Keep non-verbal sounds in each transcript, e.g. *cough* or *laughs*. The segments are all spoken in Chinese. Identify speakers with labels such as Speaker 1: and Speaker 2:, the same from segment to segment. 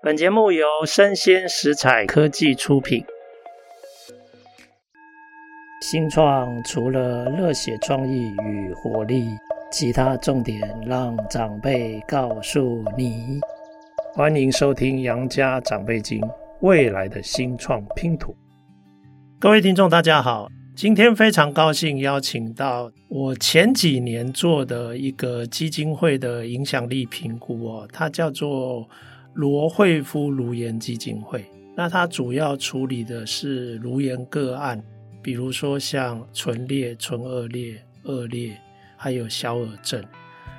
Speaker 1: 本节目由生鲜食材科技出品。新创除了热血创意与活力，其他重点让长辈告诉你。欢迎收听《杨家长辈经》，未来的新创拼图。各位听众，大家好。今天非常高兴邀请到我前几年做的一个基金会的影响力评估哦，它叫做罗惠夫卢岩基金会。那它主要处理的是卢岩个案，比如说像唇裂、唇腭裂、腭裂，还有小耳症。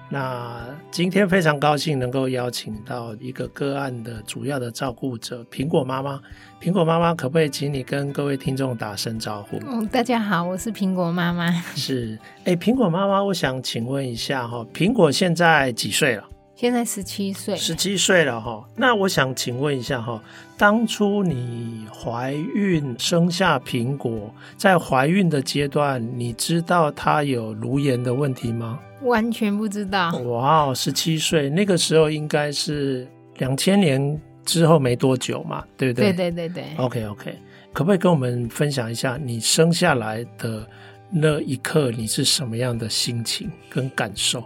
Speaker 1: 那今天非常高兴能够邀请到一个个案的主要的照顾者苹果妈妈。苹果妈妈，可不可以请你跟各位听众打声招呼？
Speaker 2: 嗯，大家好，我是苹果妈妈。
Speaker 1: 是，哎，苹果妈妈，我想请问一下哈，苹果现在几岁了？
Speaker 2: 现在十七岁，
Speaker 1: 十七岁了哈。那我想请问一下哈，当初你怀孕生下苹果，在怀孕的阶段，你知道她有颅炎的问题吗？
Speaker 2: 完全不知道。
Speaker 1: 哇哦，十七岁那个时候应该是两千年之后没多久嘛，对不对？
Speaker 2: 对对对对，
Speaker 1: OK OK，可不可以跟我们分享一下你生下来的那一刻你是什么样的心情跟感受？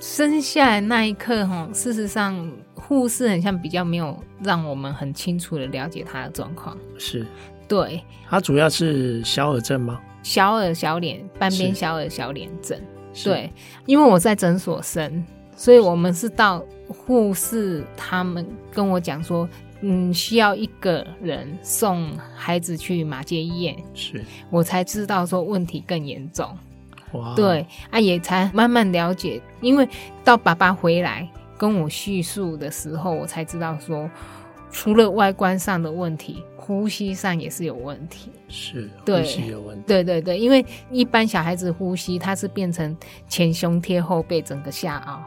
Speaker 2: 生下来那一刻，哈，事实上护士很像比较没有让我们很清楚的了解他的状况。
Speaker 1: 是
Speaker 2: 对，
Speaker 1: 它主要是小耳症吗？
Speaker 2: 小耳小脸半边小耳小脸症，
Speaker 1: 是，
Speaker 2: 对，因为我在诊所生，所以我们是到护士他们跟我讲说，嗯，需要一个人送孩子去马街医院，
Speaker 1: 是
Speaker 2: 我才知道说问题更严重。
Speaker 1: 哇，，
Speaker 2: 对啊，也才慢慢了解，因为到爸爸回来跟我叙述的时候，我才知道说，除了外观上的问题，呼吸上也是有问题。
Speaker 1: 是
Speaker 2: 对
Speaker 1: 呼吸有问题，
Speaker 2: 对对对，因为一般小孩子呼吸，他是变成前胸贴后背，整个下凹，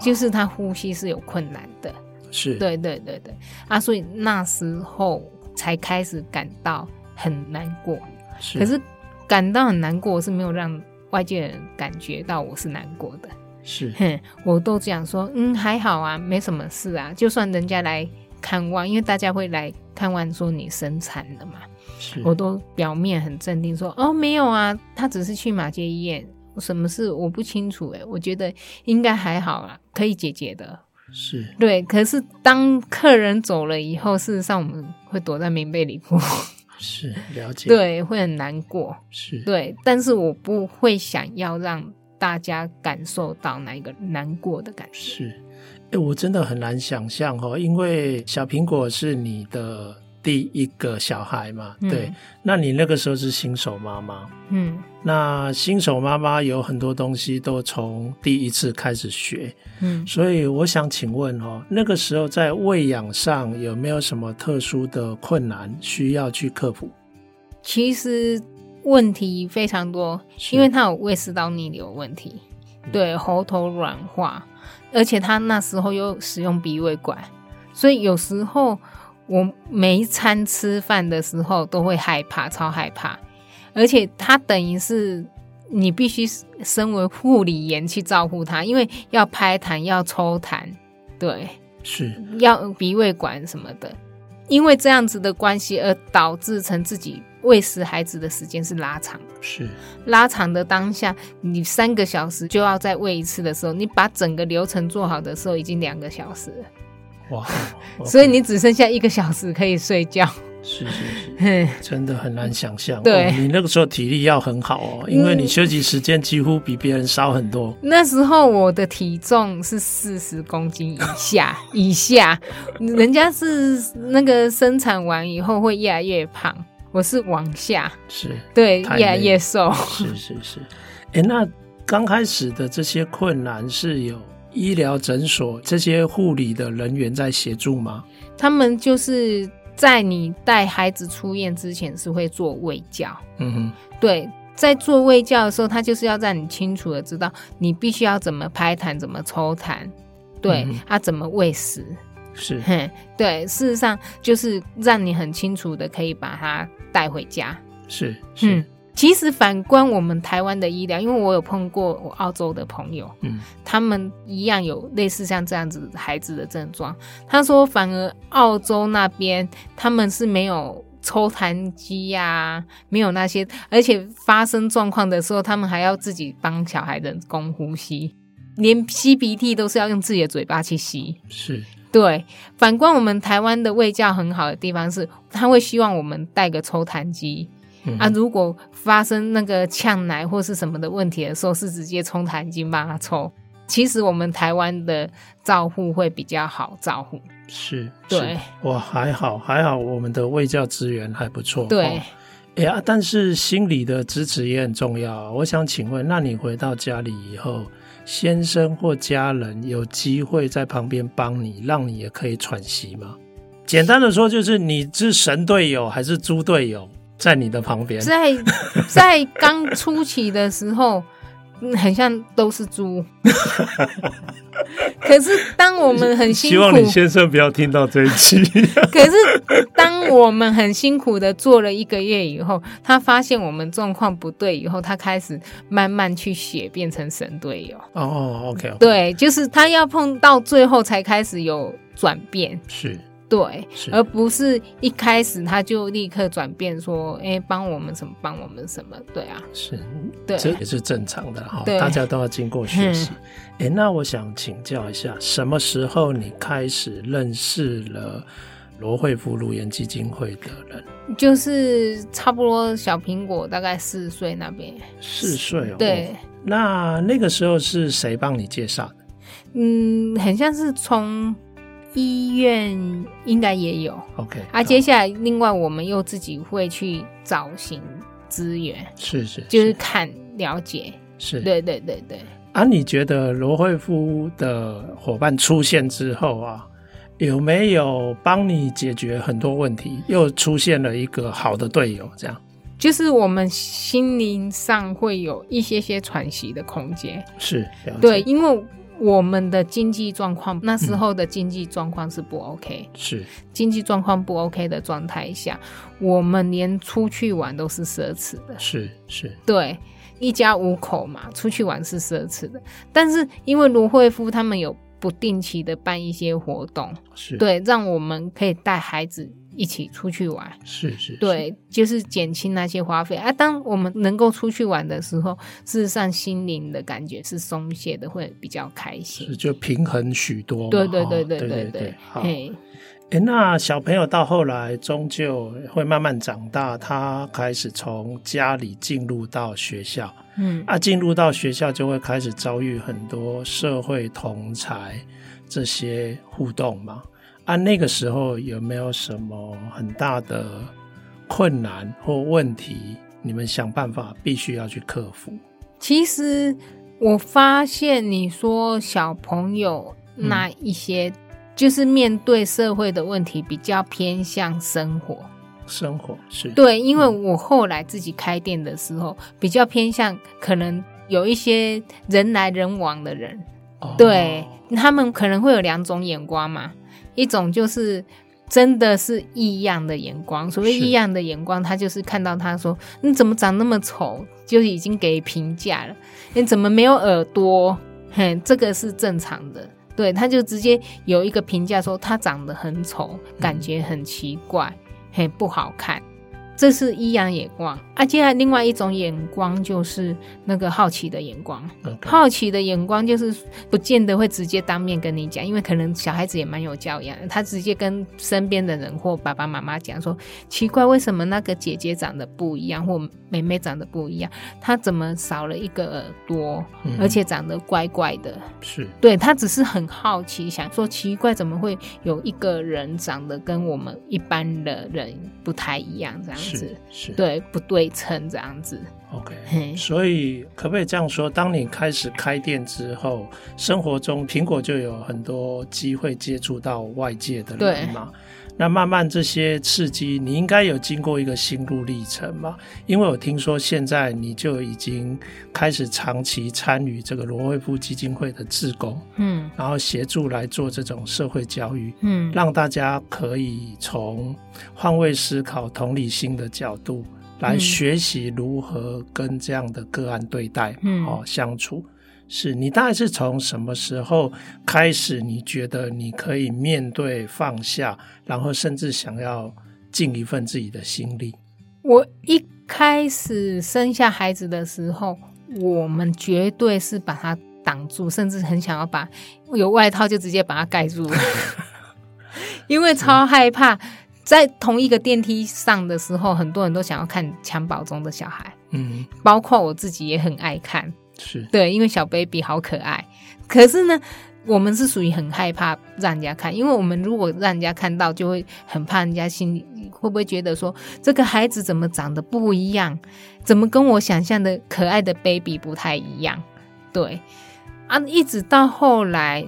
Speaker 2: 就是他呼吸是有困难的。
Speaker 1: 是，
Speaker 2: 对对对对，啊，所以那时候才开始感到很难过。
Speaker 1: 是，
Speaker 2: 可是感到很难过，我是没有让外界人感觉到我是难过的。
Speaker 1: 是
Speaker 2: 哼，我都讲说，嗯，还好啊，没什么事啊。就算人家来看望，因为大家会来看望说你生产了嘛，
Speaker 1: 是
Speaker 2: 我都表面很镇定说，哦，没有啊，他只是去马街医院，什么事我不清楚诶、我觉得应该还好啦，可以解决的。
Speaker 1: 是
Speaker 2: 对，可是当客人走了以后，事实上我们会躲在棉被里哭，
Speaker 1: 是了解，，
Speaker 2: *laughs* 对，会很难过。
Speaker 1: 是
Speaker 2: 对，但是我不会想要让大家感受到那一个难过的感觉。
Speaker 1: 是，哎、我真的很难想象哦，因为小苹果是你的第一个小孩嘛，
Speaker 2: 嗯
Speaker 1: 对，那你那个时候是新手妈妈，
Speaker 2: 嗯
Speaker 1: 那新手妈妈有很多东西都从第一次开始学，
Speaker 2: 嗯，
Speaker 1: 所以我想请问哦，那个时候在喂养上有没有什么特殊的困难需要去克服？
Speaker 2: 其实问题非常多，
Speaker 1: 是
Speaker 2: 因为他有胃食道逆流问题，对喉头软化，而且他那时候又使用鼻胃管，所以有时候我每一餐吃饭的时候都会害怕，超害怕，而且他等于是。你必须身为护理员去照顾他，因为要拍痰，要抽痰，对，
Speaker 1: 是
Speaker 2: 要鼻胃管什么的，因为这样子的关系而导致成自己喂食孩子的时间是拉长，
Speaker 1: 是
Speaker 2: 拉长的当下，你三个小时就要再喂一次的时候，你把整个流程做好的时候已经两个小时了，
Speaker 1: 哇，哦
Speaker 2: *laughs* 所以你只剩下一个小时可以睡觉。
Speaker 1: 是是是，
Speaker 2: 哼
Speaker 1: 真的很难想象。
Speaker 2: 对嗯
Speaker 1: 哦你那个时候体力要很好哦，因为你休息时间几乎比别人少很多。
Speaker 2: 那时候我的体重是四十公斤以下，以下，人家是那个生产完以后会越来越胖，我是往下，
Speaker 1: 是
Speaker 2: 对，
Speaker 1: 太
Speaker 2: 越来
Speaker 1: 累
Speaker 2: 越 *laughs* 瘦。
Speaker 1: 是是是，哦哎，那刚开始的这些困难是有医疗诊所这些护理的人员在协助吗？
Speaker 2: 他们就是在你带孩子出院之前是会做喂教，
Speaker 1: 嗯哼，
Speaker 2: 对，在做喂教的时候，他就是要让你清楚的知道你必须要怎么拍痰，怎么抽痰，对，
Speaker 1: 嗯
Speaker 2: 啊，怎么喂食， *laughs*
Speaker 1: 是
Speaker 2: 哼，对，事实上就是让你很清楚的可以把它带回家，
Speaker 1: 是是。
Speaker 2: 嗯，其实反观我们台湾的医疗，因为我有碰过我澳洲的朋友，
Speaker 1: 嗯，
Speaker 2: 他们一样有类似像这样子孩子的症状。他说，反而澳洲那边他们是没有抽痰机呀、没有那些，而且发生状况的时候，他们还要自己帮小孩人工呼吸，连吸鼻涕都是要用自己的嘴巴去吸。
Speaker 1: 是
Speaker 2: 对，反观我们台湾的卫教很好的地方是，他会希望我们带个抽痰机、
Speaker 1: 嗯
Speaker 2: 啊，如果发生那个呛奶或是什么的问题的时候，是直接冲痰巾帮他抽。其实我们台湾的照护会比较好照护，
Speaker 1: 哦是，
Speaker 2: 对
Speaker 1: 是，哇，还好还好，我们的卫教资源还不错。
Speaker 2: 对
Speaker 1: 哦哎呀，但是心理的支持也很重要啊。我想请问，那你回到家里以后，先生或家人有机会在旁边帮你，让你也可以喘息吗？简单的说，就是你是神队友还是猪队友，在你的旁边。
Speaker 2: 在在刚初期的时候，嗯很像都
Speaker 1: *laughs*
Speaker 2: 是猪。可是当我们很辛苦，
Speaker 1: 希望你先生不要听到这一期。
Speaker 2: 可是，当我们很辛苦的做了一个月以后，他发现我们状况不对以后，他开始慢慢去写，变成神队友。
Speaker 1: *laughs* 哦，OK，，
Speaker 2: 对，就是他要碰到最后才开始有转变，
Speaker 1: 是
Speaker 2: 对，
Speaker 1: 是，
Speaker 2: 而不是一开始他就立刻转变说，哎、帮我们什么，帮我们什么，对啊，
Speaker 1: 是，
Speaker 2: 对
Speaker 1: 这也是正常的哈，
Speaker 2: 对嗯
Speaker 1: 大家都要经过学习。哎、那我想请教一下，什么时候你开始认识了罗惠夫卢颜基金会的人？
Speaker 2: 就是差不多小苹果大概四岁那边，
Speaker 1: 四岁哦，
Speaker 2: 对。
Speaker 1: 那那个时候是谁帮你介绍的？
Speaker 2: 嗯，很像是从医院应该也有，
Speaker 1: OK，
Speaker 2: 啊，接下来另外我们又自己会去找寻资源，
Speaker 1: 是是
Speaker 2: 就是看了解。
Speaker 1: 是
Speaker 2: 对对对对，
Speaker 1: 啊，你觉得罗惠夫的伙伴出现之后啊，有没有帮你解决很多问题？又出现了一个好的队友，这样
Speaker 2: 就是我们心灵上会有一些些喘息的空间。
Speaker 1: 是了解
Speaker 2: 对，因为我们的经济状况那时候的经济状况是不 OK，、
Speaker 1: 是
Speaker 2: 经济状况不 OK 的状态下，我们连出去玩都是奢侈的。
Speaker 1: 是是
Speaker 2: 对，一家五口嘛，出去玩是奢侈的。但是因为罗惠夫他们有不定期的办一些活动，
Speaker 1: 是，
Speaker 2: 对，让我们可以带孩子一起出去玩。
Speaker 1: 是是，
Speaker 2: 对，就是减轻那些花费啊。当我们能够出去玩的时候，事实上心灵的感觉是松懈的，会比较开
Speaker 1: 是
Speaker 2: 心
Speaker 1: 是。就平衡许多嘛。
Speaker 2: 对对
Speaker 1: 哦
Speaker 2: 对
Speaker 1: 对
Speaker 2: 对
Speaker 1: 对
Speaker 2: 对，
Speaker 1: 好。
Speaker 2: 嘿，
Speaker 1: 诶那小朋友到后来终究会慢慢长大，他开始从家里进入到学校，
Speaker 2: 嗯，
Speaker 1: 啊，进入到学校就会开始遭遇很多社会同才这些互动嘛。啊，那个时候有没有什么很大的困难或问题？你们想办法必须要去克服。
Speaker 2: 其实我发现你说小朋友那一些，就是面对社会的问题比较偏向生活。
Speaker 1: 生活是
Speaker 2: 对，因为我后来自己开店的时候，比较偏向可能有一些人来人往的人，
Speaker 1: 哦
Speaker 2: 对他们可能会有两种眼光嘛，一种就是。真的是异样的眼光，所谓
Speaker 1: 是
Speaker 2: 异样的眼光，他就是看到他说你怎么长那么丑，就已经给评价了。你怎么没有耳朵？哼，这个是正常的。对，他就直接有一个评价说他长得很丑，感觉很奇怪，很不好看。这是异样眼光，啊，接下来另外一种眼光就是那个好奇的眼光。
Speaker 1: 哦 OK
Speaker 2: 好奇的眼光就是不见得会直接当面跟你讲，因为可能小孩子也蛮有教养的，他直接跟身边的人或爸爸妈妈讲说，奇怪，为什么那个姐姐长得不一样，或妹妹长得不一样，她怎么少了一个耳朵，
Speaker 1: 嗯
Speaker 2: 而且长得怪怪的？
Speaker 1: 是
Speaker 2: 对他只是很好奇，想说奇怪，怎么会有一个人长得跟我们一般的人不太一样，这样
Speaker 1: 是
Speaker 2: 子，
Speaker 1: 是
Speaker 2: 对，不对称这样子，
Speaker 1: OK。
Speaker 2: 嘿，
Speaker 1: 所以，可不可以这样说？当你开始开店之后，生活中苹果就有很多机会接触到外界的人
Speaker 2: 对
Speaker 1: 嘛。那慢慢这些刺激，你应该有经过一个心路历程嘛？因为我听说现在你就已经开始长期参与这个罗惠夫基金会的志工，
Speaker 2: 嗯
Speaker 1: 然后协助来做这种社会教育，
Speaker 2: 嗯，
Speaker 1: 让大家可以从换位思考、同理心的角度来
Speaker 2: 嗯
Speaker 1: 学习如何跟这样的个案对待，
Speaker 2: 嗯
Speaker 1: 哦相处。是你大概是从什么时候开始？你觉得你可以面对放下，然后甚至想要尽一份自己的心力？
Speaker 2: 我一开始生下孩子的时候，我们绝对是把它挡住，甚至很想要把有外套就直接把它盖住了，因为超害怕。在同一个电梯上的时候，很多人都想要看襁褓中的小孩，
Speaker 1: 嗯，
Speaker 2: 包括我自己也很爱看。
Speaker 1: 是，
Speaker 2: 对，因为小 baby 好可爱。可是呢，我们是属于很害怕让人家看，因为我们如果让人家看到，就会很怕人家心里会不会觉得说这个孩子怎么长得不一样，怎么跟我想象的可爱的 baby 不太一样？对啊，一直到后来，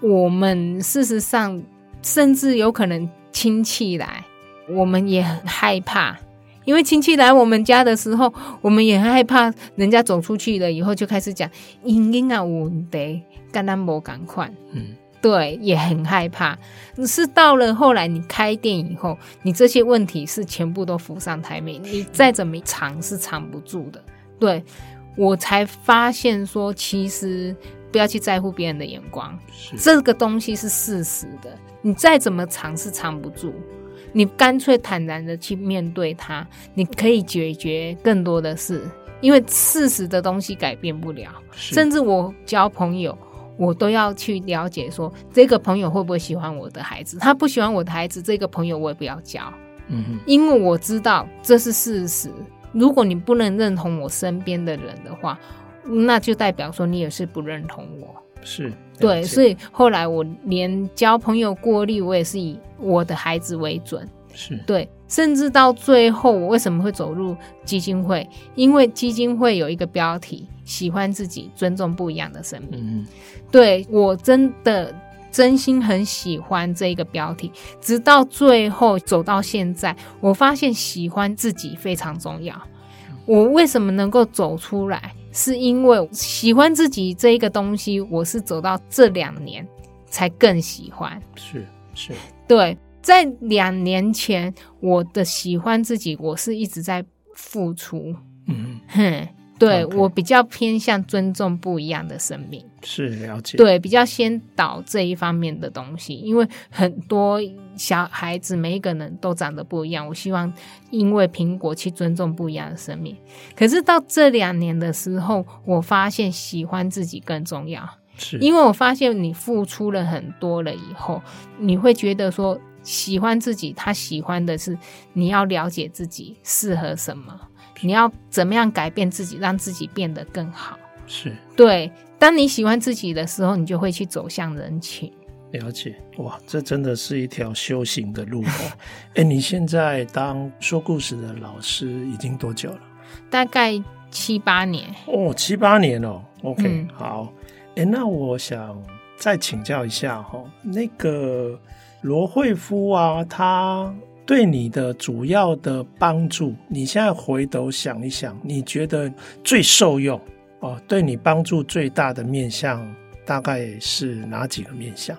Speaker 2: 我们事实上甚至有可能亲戚来，我们也很害怕。因为亲戚来我们家的时候，我们也很害怕人家走出去了以后就开始讲因因啊问题，跟咱无赶快，
Speaker 1: 嗯
Speaker 2: 对，也很害怕。是到了后来你开店以后，你这些问题是全部都浮上台面，你再怎么藏是藏不住的。对我才发现说，其实不要去在乎别人的眼光，
Speaker 1: 是，
Speaker 2: 这个东西是事实的，你再怎么藏是藏不住。你干脆坦然的去面对它，你可以解决更多的事，因为事实的东西改变不了。
Speaker 1: 是
Speaker 2: 甚至我交朋友，我都要去了解说这个朋友会不会喜欢我的孩子，他不喜欢我的孩子，这个朋友我也不要交，
Speaker 1: 嗯哼
Speaker 2: 因为我知道这是事实。如果你不能认同我身边的人的话，那就代表说你也是不认同我。
Speaker 1: 是，
Speaker 2: 对，所
Speaker 1: 以
Speaker 2: 以后来我连交朋友过滤，我也是以我的孩子为准。
Speaker 1: 是
Speaker 2: 对，甚至到最后，我为什么会走入基金会？因为基金会有一个标题：喜欢自己，尊重不一样的生命。
Speaker 1: 嗯
Speaker 2: 对我真的真心很喜欢这一个标题，直到最后走到现在，我发现喜欢自己非常重要。我为什么能够走出来，是因为喜欢自己这一个东西，我是走到这两年才更喜欢。
Speaker 1: 是是
Speaker 2: 对，在两年前，我的喜欢自己，我是一直在付出。
Speaker 1: 嗯
Speaker 2: 哼，对
Speaker 1: OK
Speaker 2: 我比较偏向尊重不一样的生命。
Speaker 1: 是了解，
Speaker 2: 对，比较先导这一方面的东西，因为很多小孩子每一个人都长得不一样，我希望因为苹果去尊重不一样的生命。可是到这两年的时候，我发现喜欢自己更重要，
Speaker 1: 是
Speaker 2: 因为我发现你付出了很多了以后，你会觉得说喜欢自己，他喜欢的是你要了解自己适合什么，你要怎么样改变自己，让自己变得更好。
Speaker 1: 是
Speaker 2: 对，当你喜欢自己的时候，你就会去走向人群。
Speaker 1: 了解，哇，这真的是一条修行的路哦。 *laughs* 哎，你现在当说故事的老师已经多久了？
Speaker 2: 大概七八年，
Speaker 1: 哦，七八年哦。OK，、
Speaker 2: 嗯
Speaker 1: 好。哎，那我想再请教一下哈、哦，那个罗惠夫啊，他对你的主要的帮助，你现在回头想一想，你觉得最受用哦，对你帮助最大的面向，大概是哪几个面向？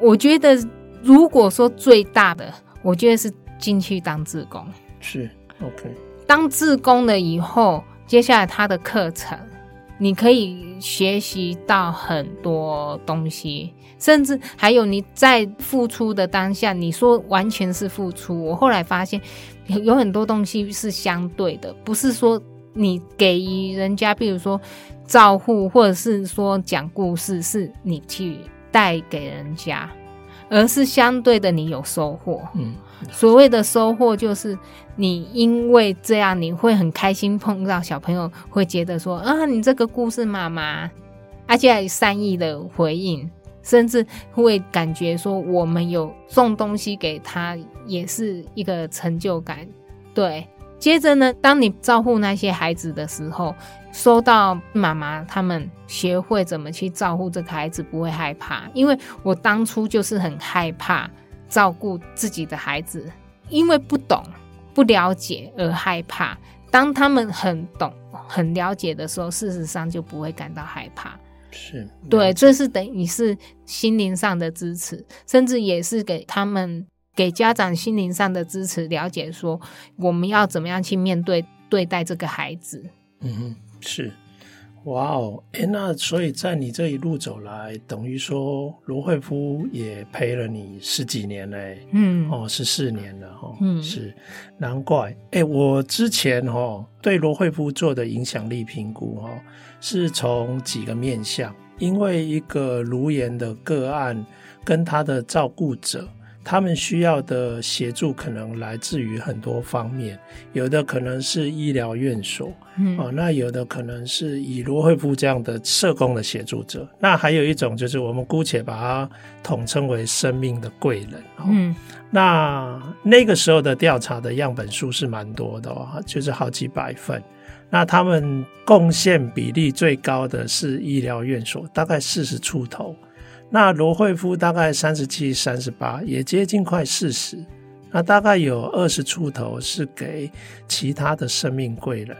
Speaker 2: 我觉得如果说最大的，我觉得是进去当志工。
Speaker 1: 是 OK，
Speaker 2: 当志工了以后，接下来他的课程，你可以学习到很多东西，甚至还有你在付出的当下，你说完全是付出。我后来发现，有有很多东西是相对的，不是说你给予人家，比如说照护，或者是说讲故事，是你去带给人家，而是相对的，你有收获。
Speaker 1: 嗯，
Speaker 2: 所谓的收获就是，你因为这样，你会很开心碰到小朋友，会觉得说啊，你这个故事妈妈，而且还善意的回应，甚至会感觉说我们有送东西给他，也是一个成就感。对，接着呢，当你照顾那些孩子的时候，收到妈妈他们学会怎么去照顾这个孩子，不会害怕，因为我当初就是很害怕照顾自己的孩子，因为不懂、不了解而害怕。当他们很懂、很了解的时候，事实上就不会感到害怕。
Speaker 1: 是
Speaker 2: 对，这是等于是心灵上的支持，甚至也是给他们给家长心灵上的支持，了解说我们要怎么样去面对对待这个孩子。
Speaker 1: 嗯哼，是，哇哦，诶，那所以在你这一路走来，等于说罗惠夫也陪了你十几年嘞、
Speaker 2: 嗯，
Speaker 1: 哦，十四年了哦，
Speaker 2: 嗯
Speaker 1: 是，难怪。哎，我之前哦对罗惠夫做的影响力评估哦，是从几个面向，因为一个卢岩的个案跟他的照顾者。他们需要的协助可能来自于很多方面，有的可能是医疗院所，
Speaker 2: 嗯
Speaker 1: 哦，那有的可能是以罗惠夫这样的社工的协助者，那还有一种就是我们姑且把它统称为生命的贵人。哦、
Speaker 2: 嗯
Speaker 1: 那那个时候的调查的样本数是蛮多的哦，就是好几百份。那他们贡献比例最高的是医疗院所，大概四十出头。那罗惠夫大概三十七、三十八，也接近快四十。那大概有二十出头是给其他的生命贵人。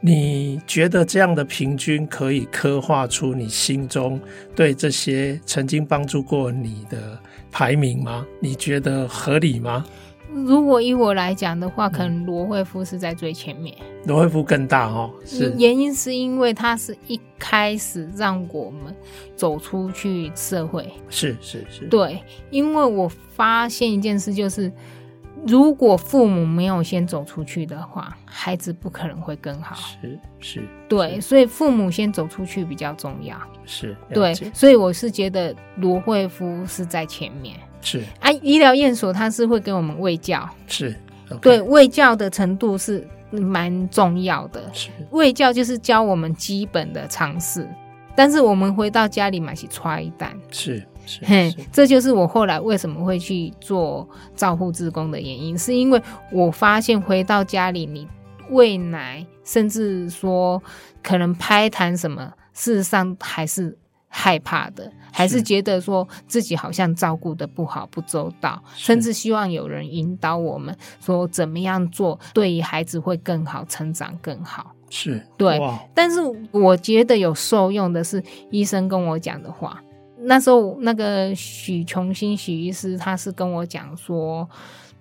Speaker 1: 你觉得这样的平均可以刻画出你心中对这些曾经帮助过你的排名吗？你觉得合理吗？
Speaker 2: 如果以我来讲的
Speaker 1: 嗯
Speaker 2: 话，可能罗惠夫是在最前面。
Speaker 1: 罗惠夫更大哦，是
Speaker 2: 原因是因为他是一开始让我们走出去社会。
Speaker 1: 是是是，
Speaker 2: 对，因为我发现一件事，就是如果父母没有先走出去的话，孩子不可能会更好。
Speaker 1: 是是
Speaker 2: 对，所以父母先走出去比较重要。
Speaker 1: 是，
Speaker 2: 对
Speaker 1: 了解，
Speaker 2: 所以我是觉得罗惠夫是在前面。
Speaker 1: 是
Speaker 2: 啊，医疗院所它是会给我们喂教，
Speaker 1: 是，OK，
Speaker 2: 对喂教的程度是蛮重要的。
Speaker 1: 是
Speaker 2: 卫教就是教我们基本的常识，但是我们回到家里嘛是揣一单，
Speaker 1: 是是
Speaker 2: 嘿
Speaker 1: 是，
Speaker 2: 这就是我后来为什么会去做照护志工的原因，是因为我发现回到家里，你喂奶，甚至说可能拍痰什么，事实上还是害怕的，还是
Speaker 1: 是
Speaker 2: 觉得说自己好像照顾的不好、不周到，
Speaker 1: 是
Speaker 2: 甚至希望有人引导我们说怎么样做，对于孩子会更好，成长更好。
Speaker 1: 是，
Speaker 2: 对
Speaker 1: 哇，
Speaker 2: 但是我觉得有受用的是医生跟我讲的话。那时候那个许琼新许医师，他是跟我讲说，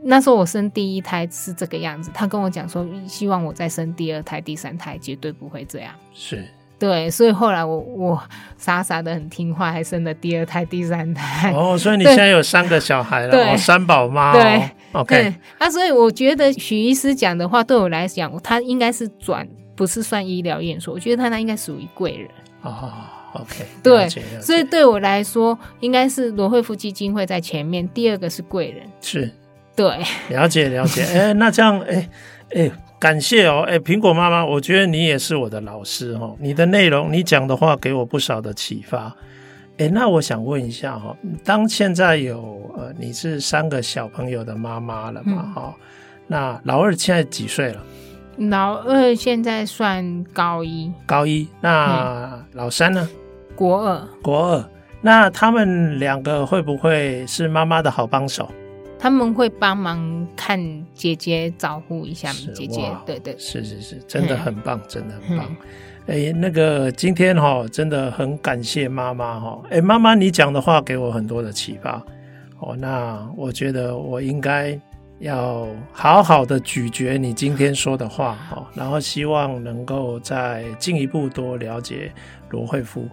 Speaker 2: 那时候我生第一胎是这个样子，他跟我讲说，希望我再生第二胎、第三胎绝对不会这样。
Speaker 1: 是
Speaker 2: 对，所以后来我我傻傻的很听话，还生了第二胎、第三胎。
Speaker 1: 哦，所以你
Speaker 2: 哎对
Speaker 1: 现在有三个小孩了，
Speaker 2: 对
Speaker 1: 哦，三宝妈哦
Speaker 2: 对
Speaker 1: ，OK，
Speaker 2: 嗯，那所以我觉得许医师讲的话，对我来讲，他应该是转不是算医疗院所，我觉得他那应该属于贵人。
Speaker 1: 哦，OK，了
Speaker 2: 对
Speaker 1: 解，了
Speaker 2: 所以
Speaker 1: 解
Speaker 2: 对我来说，应该是罗惠夫基金会在前面，第二个是贵人。
Speaker 1: 是
Speaker 2: 对， *laughs*
Speaker 1: 了解了解，哎，那这样，哎哎，感谢哦，哎，苹果妈妈，我觉得你也是我的老师哦，你的内容，你讲的话给我不少的启发。哎，那我想问一下哈、哦，当现在有呃，你是三个小朋友的妈妈了嘛？
Speaker 2: 嗯
Speaker 1: 哈、那老二现在几岁了？
Speaker 2: 老二现在算高一，
Speaker 1: 高一。那老三呢？
Speaker 2: 国二，
Speaker 1: 国二。那他们两个会不会是妈妈的好帮手？
Speaker 2: 他们会帮忙看姐姐照顾一下
Speaker 1: 是
Speaker 2: 姐姐
Speaker 1: 哇。
Speaker 2: 对对，
Speaker 1: 是是是，真的很棒，真的很棒
Speaker 2: 嗯。
Speaker 1: 哎、那个今天哈、真的很感谢妈妈哈、哎、妈妈，你讲的话给我很多的启发。哦，那我觉得我应该要好好的咀嚼你今天说的话哈、然后希望能够再进一步多了解罗惠夫，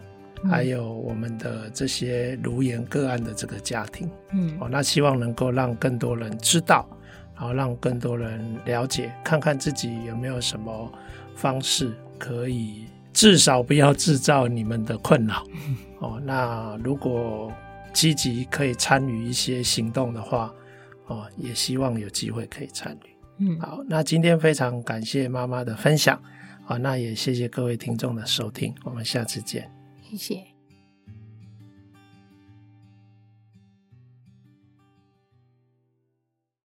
Speaker 2: 嗯
Speaker 1: 还有我们的这些卢言个案的这个家庭。
Speaker 2: 嗯
Speaker 1: 哦，那希望能够让更多人知道，然后让更多人了解，看看自己有没有什么方式可以至少不要制造你们的困扰。哦，那如果积极可以参与一些行动的话，哦，也希望有机会可以参与。
Speaker 2: 嗯，
Speaker 1: 好，那今天非常感谢妈妈的分享，好，那也谢谢各位听众的收听，我们下次见。
Speaker 2: 谢谢。